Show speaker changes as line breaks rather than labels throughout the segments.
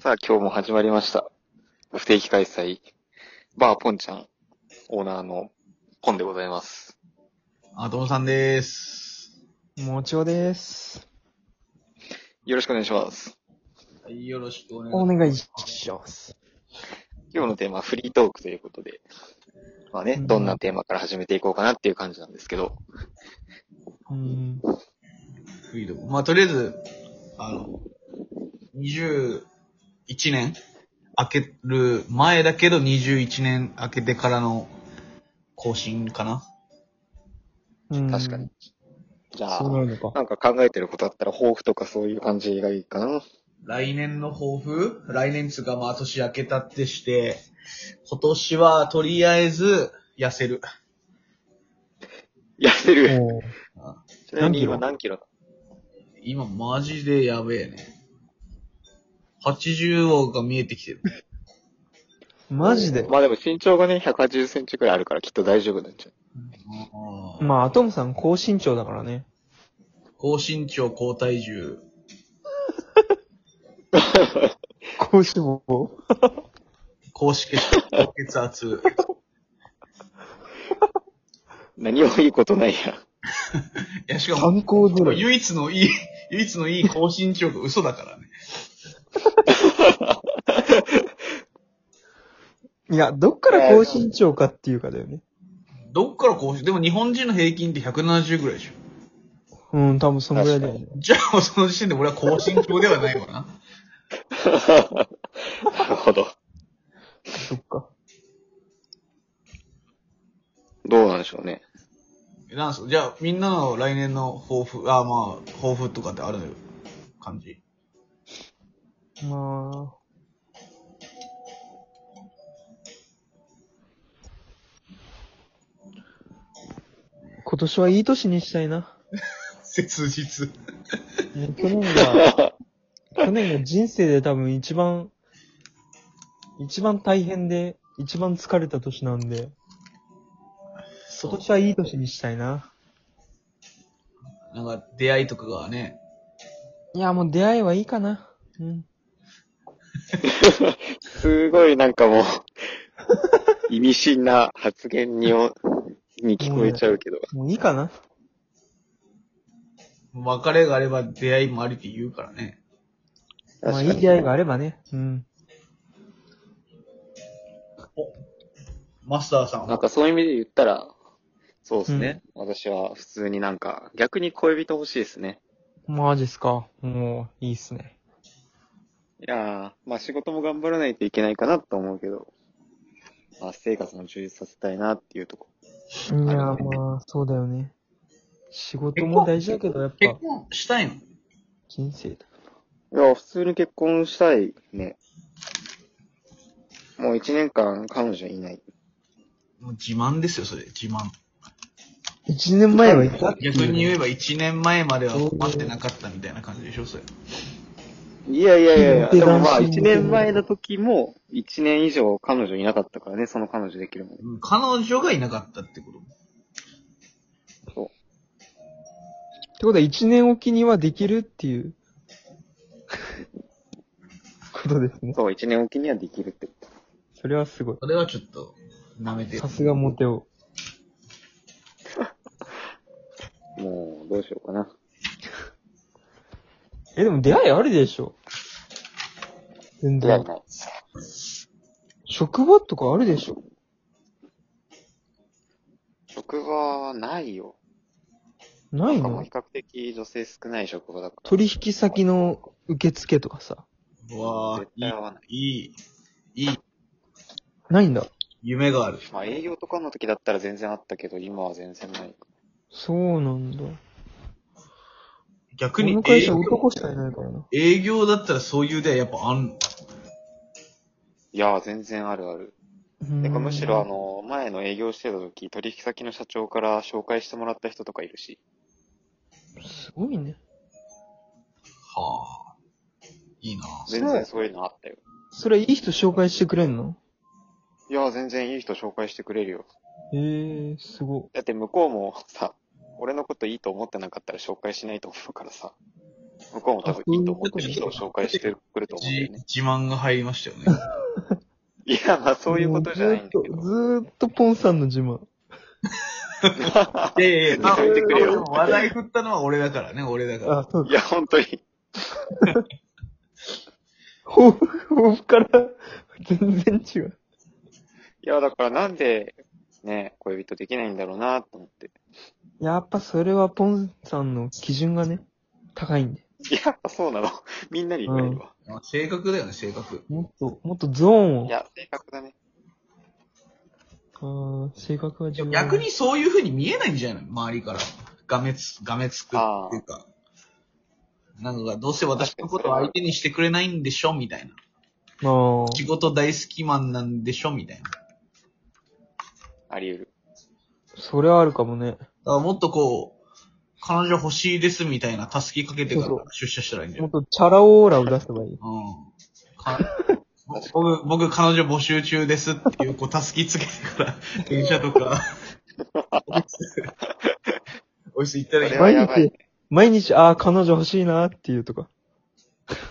さあ、今日も始まりました。不定期開催、バーポンちゃん、オーナーのポンでございます。
あ、ともさんでーす。
もちおです。
よろしくお願いします。
はい、よろしくお願い
お願いします。
今日のテーマはフリートークということで、まあね、
うん
どんなテーマから始めていこうかなっていう感じなんですけど、
うん。
フリードまあ、とりあえず、あの、21年開ける前だけど21年開けてからの更新かな
うん
確かに。。じゃ
そうな
あ、
るのか。
なんか考えてることあったら抱負とかそういう感じがいいかな。
来年の抱負来年つうかまあ年明けたってして、今年はとりあえず痩せる。
痩せる。
おー
ちなみに今
何
何キロだ
今マジでやべえね。80が見えてきてる。
マジで。
まあでも身長がね、180センチくらいあるからきっと大丈夫なんじゃ
あー
まあ、アトムさん高身長だからね。
高身長、高体重。
高脂肪。
高脂血、高血 圧。
ない何もいいことないや。
いや、しかも、
参考ぞろい。
唯一のいい、 唯一のいい高身長が嘘だからね。
いや、どっから高身長かっていうかだよね。
どっから高身、でも日本人の平均って170ぐらいでしょ。
うん、多分そのぐらいだよね。
じゃあもうその時点で俺は高身長ではないわな。
なるほど。
そっか。
どうなんでしょうね。
えなんすかじゃあみんなの来年の抱負、あまあ、抱負とかってある感じ。
まあ。今年はいい年にしたいな。
切実。
ね去年が、去年が人生で多分一番、一番大変で、一番疲れた年なんで、
そ
今年はいい年にしたいな。
う。なんか出会いとかがね、
いや、もう出会いはいいかな。うん。
すごいなんかもう、意味深な発言におに聞こえちゃうけど。
もういいかな。
別れがあれば出会いもありって言うからね。
まあ、
確
い
か
い
に
出会いがあればね。うん。
マスターさん
なん
は。
かそういう意味で言ったら、そうですね。私は普通になんか、逆に恋人欲しいですね。
マジっすか。もう、いいっすね。
いやー、まあ仕事も頑張らないといけないかなと思うけど、まあ生活も充実させたいなっていうとこ。
いや、まあ、そうだよね。仕事も大事だけど、やっ
結
ぱ、
婚したいの
人生だ。
いや、普通に結婚したいね。もう一年間彼女いない。
もう自慢ですよ、それ。自慢。
一年前はいたっていう
逆に言えば1年前までは困ってなかったみたいな感じでしょ、それ。
いやいやいやいや、
聞い
で
て
もまあ
男子
一年前の時も、一年以上彼女いなかったからね、その彼女できるもん。
うん彼女がいなかったってこと。
ってことは一年おきにはできるって いう、ことですね。
そう、一年おきにはできるってこ
それはすごい。
それはちょっと、舐めてる
さ。すがモテを。
と。もう、どうしようかな。
え、でも出会いあるでしょ全
出会い。
然
ない。
職場とかあるでしょ
職場はないよ。
な
ないんかもう
の
比較的女性少ない職場だから。
取引先の受付とかさ。
うわ
絶対合わない。
ぁ、いい、いい、
ないんだ。
夢がある。
まあ営業とかの時だったら全然あったけど、今は全然ない。
そうなんだ。こ
逆に
の会
営
社
業、
男しかいないからな。
営業だったらそういう出会いやっぱあんの。
いやー、全然あるある。てか
うん
むしろあ、の、前の営業してた時、取引先の社長から紹介してもらった人とかいるし。
すごいね。
はぁ、いいなぁ。
全然そういうのあったよ。
それいい人紹介してくれんの
いやー、全然いい人紹介してくれるよ。
へえー、すご
だって向こうもさ、俺のこといいと思ってなかったら紹介しないと思うからさ。
い。
僕はもう多分いいと思ってる人を紹介してくると思うんだよね。
自慢が入りましたよね。
いや、まあそういうことじゃないんだけど。
もうずーっと、ずーっとポンさんの自慢。
いやいやいや、
やめてくれよ
話題振ったのは俺だからね、俺だから。
あ、そ う
いや、本当に。
抱負、抱負から全然違う。
いや、だからなんで、ね、恋人できないんだろうなと思って。
やっぱそれはポンさんの基準がね、高いんで。
やっぱそうなの。みんなに言われるわ。
まあ性格だよね、性格。
もっと、もっとゾーンを
い。や、性格だね。
あー性格は重要。
逆にそういう風に見えないんじゃない周りから。がめつ、がめつくっていうか。なんか、どうせ私のことを相手にしてくれないんでしょみたいな。
まあ、
仕事大好きマンなんでしょみたいな。だか
あり得る。
それはあるかもね。
らもっとこう、彼女欲しいですみたいな助けかけてから
そうそう
出社したらいいんじゃ
も
な
っ
い
とチャラオーラを出せばいい。
うん。か僕、僕、彼女募集中ですっていう、こう、助けつけてから、電車と か、おいしいったらいい
それ
な。
は
毎
やばい
日、毎日、ああ、彼女欲しいなっていうとか。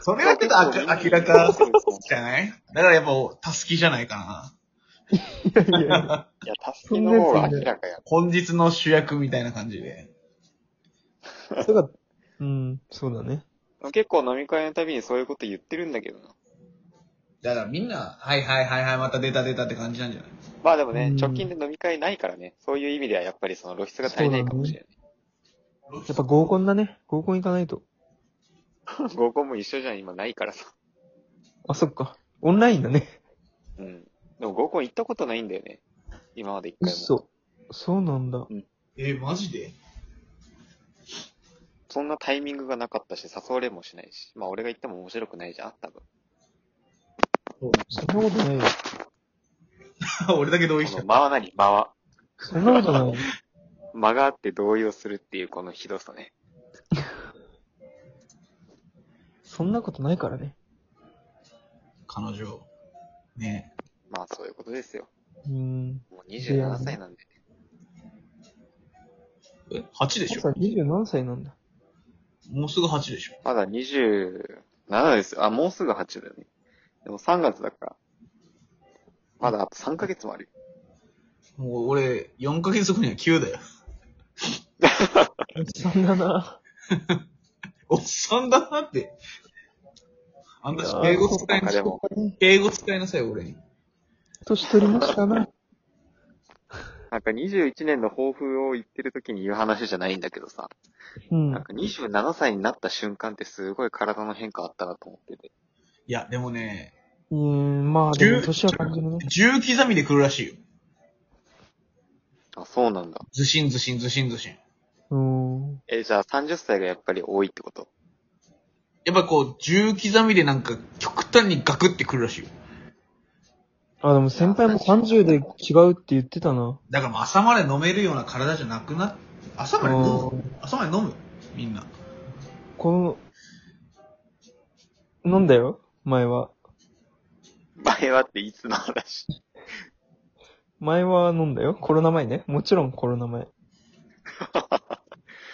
それはちょっとあか明らかじゃないだからやっぱ、たすきじゃないかな。
いやいやい や。
いや、たすきの方が明らかや。
本日の主役みたいな感じで。
それが、うん、そうだね。
結構飲み会のたびにそういうこと言ってるんだけどな。
だからみんな、はいはいはいはい、また出た出たって感じなんじゃない
まあでもね、
うん
直近で飲み会ないからね、そういう意味ではやっぱりその露出が足りないかもしれ
やっぱ合コンだね。合コン行かないと。
ない。合コンも一緒じゃん、今ないからさ。
あ、そっか。オンラインだね。
うん。でも合コン行ったことないんだよね。今まで一回も。
嘘。そうなんだ。
えマジで
そんなタイミングがなかったし、誘われもしないし。まあ俺が行っても面白くないじゃん、多分。
そんなことないよ。
俺だけ同意し
こ
た
の。間は何間は。
そんなことないよ。
間があって同意をするっていうこのひどさね。
そんなことないからね。
彼女。ね
まあそういうことですよ。
うん。
もう27歳なんで。
え。え ?8 でし
さ
ょ
ん27歳なんだ。
もうすぐ8でしょ
まだ27ですよ。あ、もうすぐ8だよね。でも3月だから。まだあと3ヶ月もあるよ。
もう俺、4ヶ月後には9だよ。
おっさんだな。
おっさんだなって。あんた敬語使いな
あで
さい。
も、
敬語使いなさい、俺に。
年取りましたな。
なんか21年の抱負を言ってる時に言う話じゃないんだけどさ、
うん。
なんか27歳になった瞬間ってすごい体の変化あったなと思ってて。
いや、でもね、
うん、まあでも年は感じるね。
10刻みで来るらしいよ。
あ、そうなんだ。
ずしんずしんずしんずしん。
うん。
え、じゃあ30歳がやっぱり多いってこと
やっぱこう、10刻みでなんか極端にガクって来るらしいよ。
あ、でも先輩も30で違うって言ってたな。
だからもう朝まで飲めるような体じゃなくな、朝まで飲
う
む
ん
朝まで飲むみんな。
この、飲んだよ前は。
前はっていつの話
前は飲んだよコロナ前ね。もちろんコロナ前。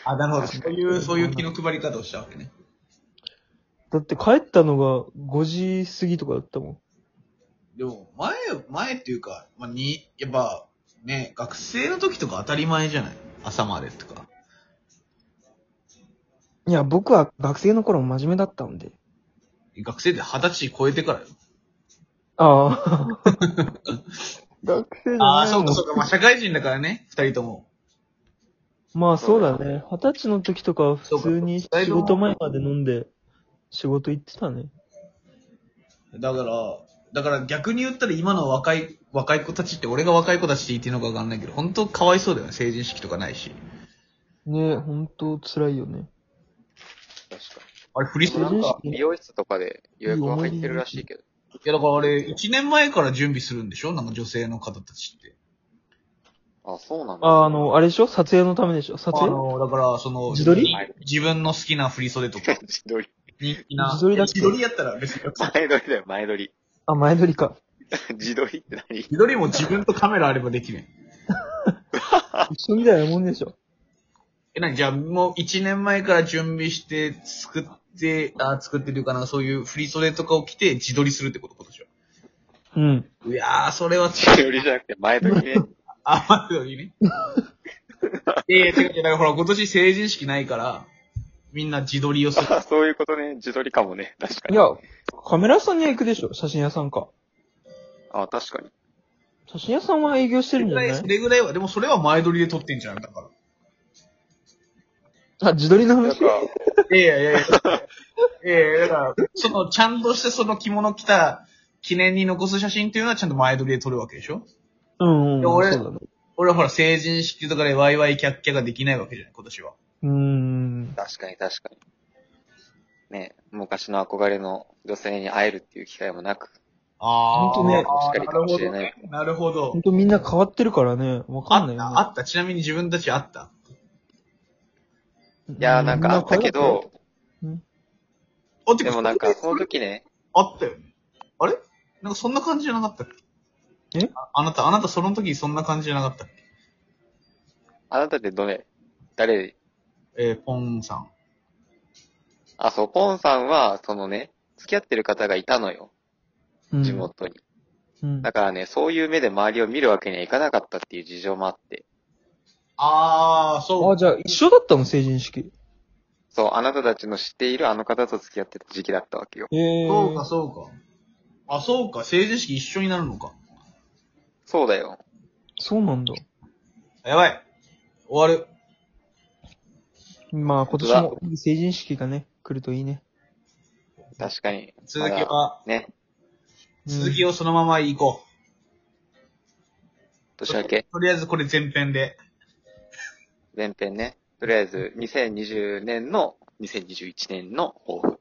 あ、なるほど。そういう、そういう気の配り方をしたわけね。
だって帰ったのが5時過ぎとかだったもん。
でも、前、前っていうか、まあ、に、やっぱ、ね、学生の時とか当たり前じゃない朝までとか。
いや、僕は学生の頃真面目だったんで。
学生って二十歳超えてからよ。
ああ。 学生じゃない
ああ、そうかそう
う
か。まあ、社会人だからね、二人とも。
まあそうだね。二十歳の時とか普通に仕
そうか
事前まで飲んで仕事行ってたね。
だから、だから逆に言ったら今の若い、若い子たちって、俺が若い子たちって言っていいのかわかんないけど、本当かわいそうだよね。成人式とかないし。
ねほんと辛いよね。
確か
あれ、フリ
に。
ス
で
ク
もなん
な
ん
か
か、美容室とかで予約は入ってるらしいけど。
いや、だからあれ、一年前から準備するんでしょなんか女性の方たちって。
あ、そうなんだ。
あ、あの、あれでしょ撮影のためでしょ撮
あ
影
の、だから、その、
自撮り
自分の好きな振り袖とか、
自撮り。
人気な。
自撮りだっけ
自撮りやったら別に。自
前撮りだよ、前撮り。
あ、前撮り か。
自撮りって何
撮りも自分とカメラあればできるやん。
一緒みたいなもんでしょ。
え、なにじゃあもう一年前から準備して作って、あー作ってるかな、そういう振り袖とかを着て自撮りするってこと、今年は。
う
い
ん。
やー、それは、
よりじゃなくて前取り ね。
あ、まあ、いいね。いやいや、違う違う。だからほら、今年成人式ないから、みんな自撮りをする。
あそういうことね。自撮りかもね。確か
い
に。
や、カメラ屋さんには行くでしょ写真屋さんか。
あ確かに。
写真屋さんは営業してるんじゃない
それぐらいは、でもそれは前撮りで撮ってんじゃん、だか
あ、自撮りの
なん
話
か、
ら。いやいやいやいや。 いやいや、だから、その、ちゃんとしてその着物着た記念に残す写真っていうのはちゃんと前撮りで撮るわけでしょ
うん、うん。
いや俺
そうだね。
俺はほら、成人式とかでワイワイキャッキャができないわけじゃない、今年は。
うーん。
確かに確かに。ね昔の憧れの女性に会えるっていう機会もなく、
あー
ほんとね
しっかりかもしれない。
なるほど
ほん。とみんな変わってるからね。わか
あ
んな
っ
い
た、あ
よ
った。ちなみに自分たちあった。
ね。
いやーなんかあったけ
うん
ど、
あ、て
で
か
もなん かその時ね、
あったよね。あれなんかそんな感じじゃなかったっけ
え
ああなた、あなたその時そんな感じじゃなかったっけ
あなたってどれ、誰、
えー、ポンさん。
あ、そう、ポンさんは、そのね、付き合ってる方がいたのよ、
うん
地元に。
うん
だからね、そういう目で周りを見るわけにはいかなかったっていう事情もあって、
あー、そう。
あ、じゃあ一緒だったの成人式。
そう、あなたたちの知っているあの方と付き合ってた時期だったわけよ。
ええ
そうか、そうか。あ、そうか。成人式一緒になるのか。
そうだよ。
そうなんだ。
やばい。終わる。
まあ今年もいい成人式がね、来るといいね。
確かに。
続き
まだ
は、
ね、
続き
を。
をそのまま行こう。
年明け、
とりあえずこれ前編で。
前編ね。とりあえず、2020年の、2021年の抱負。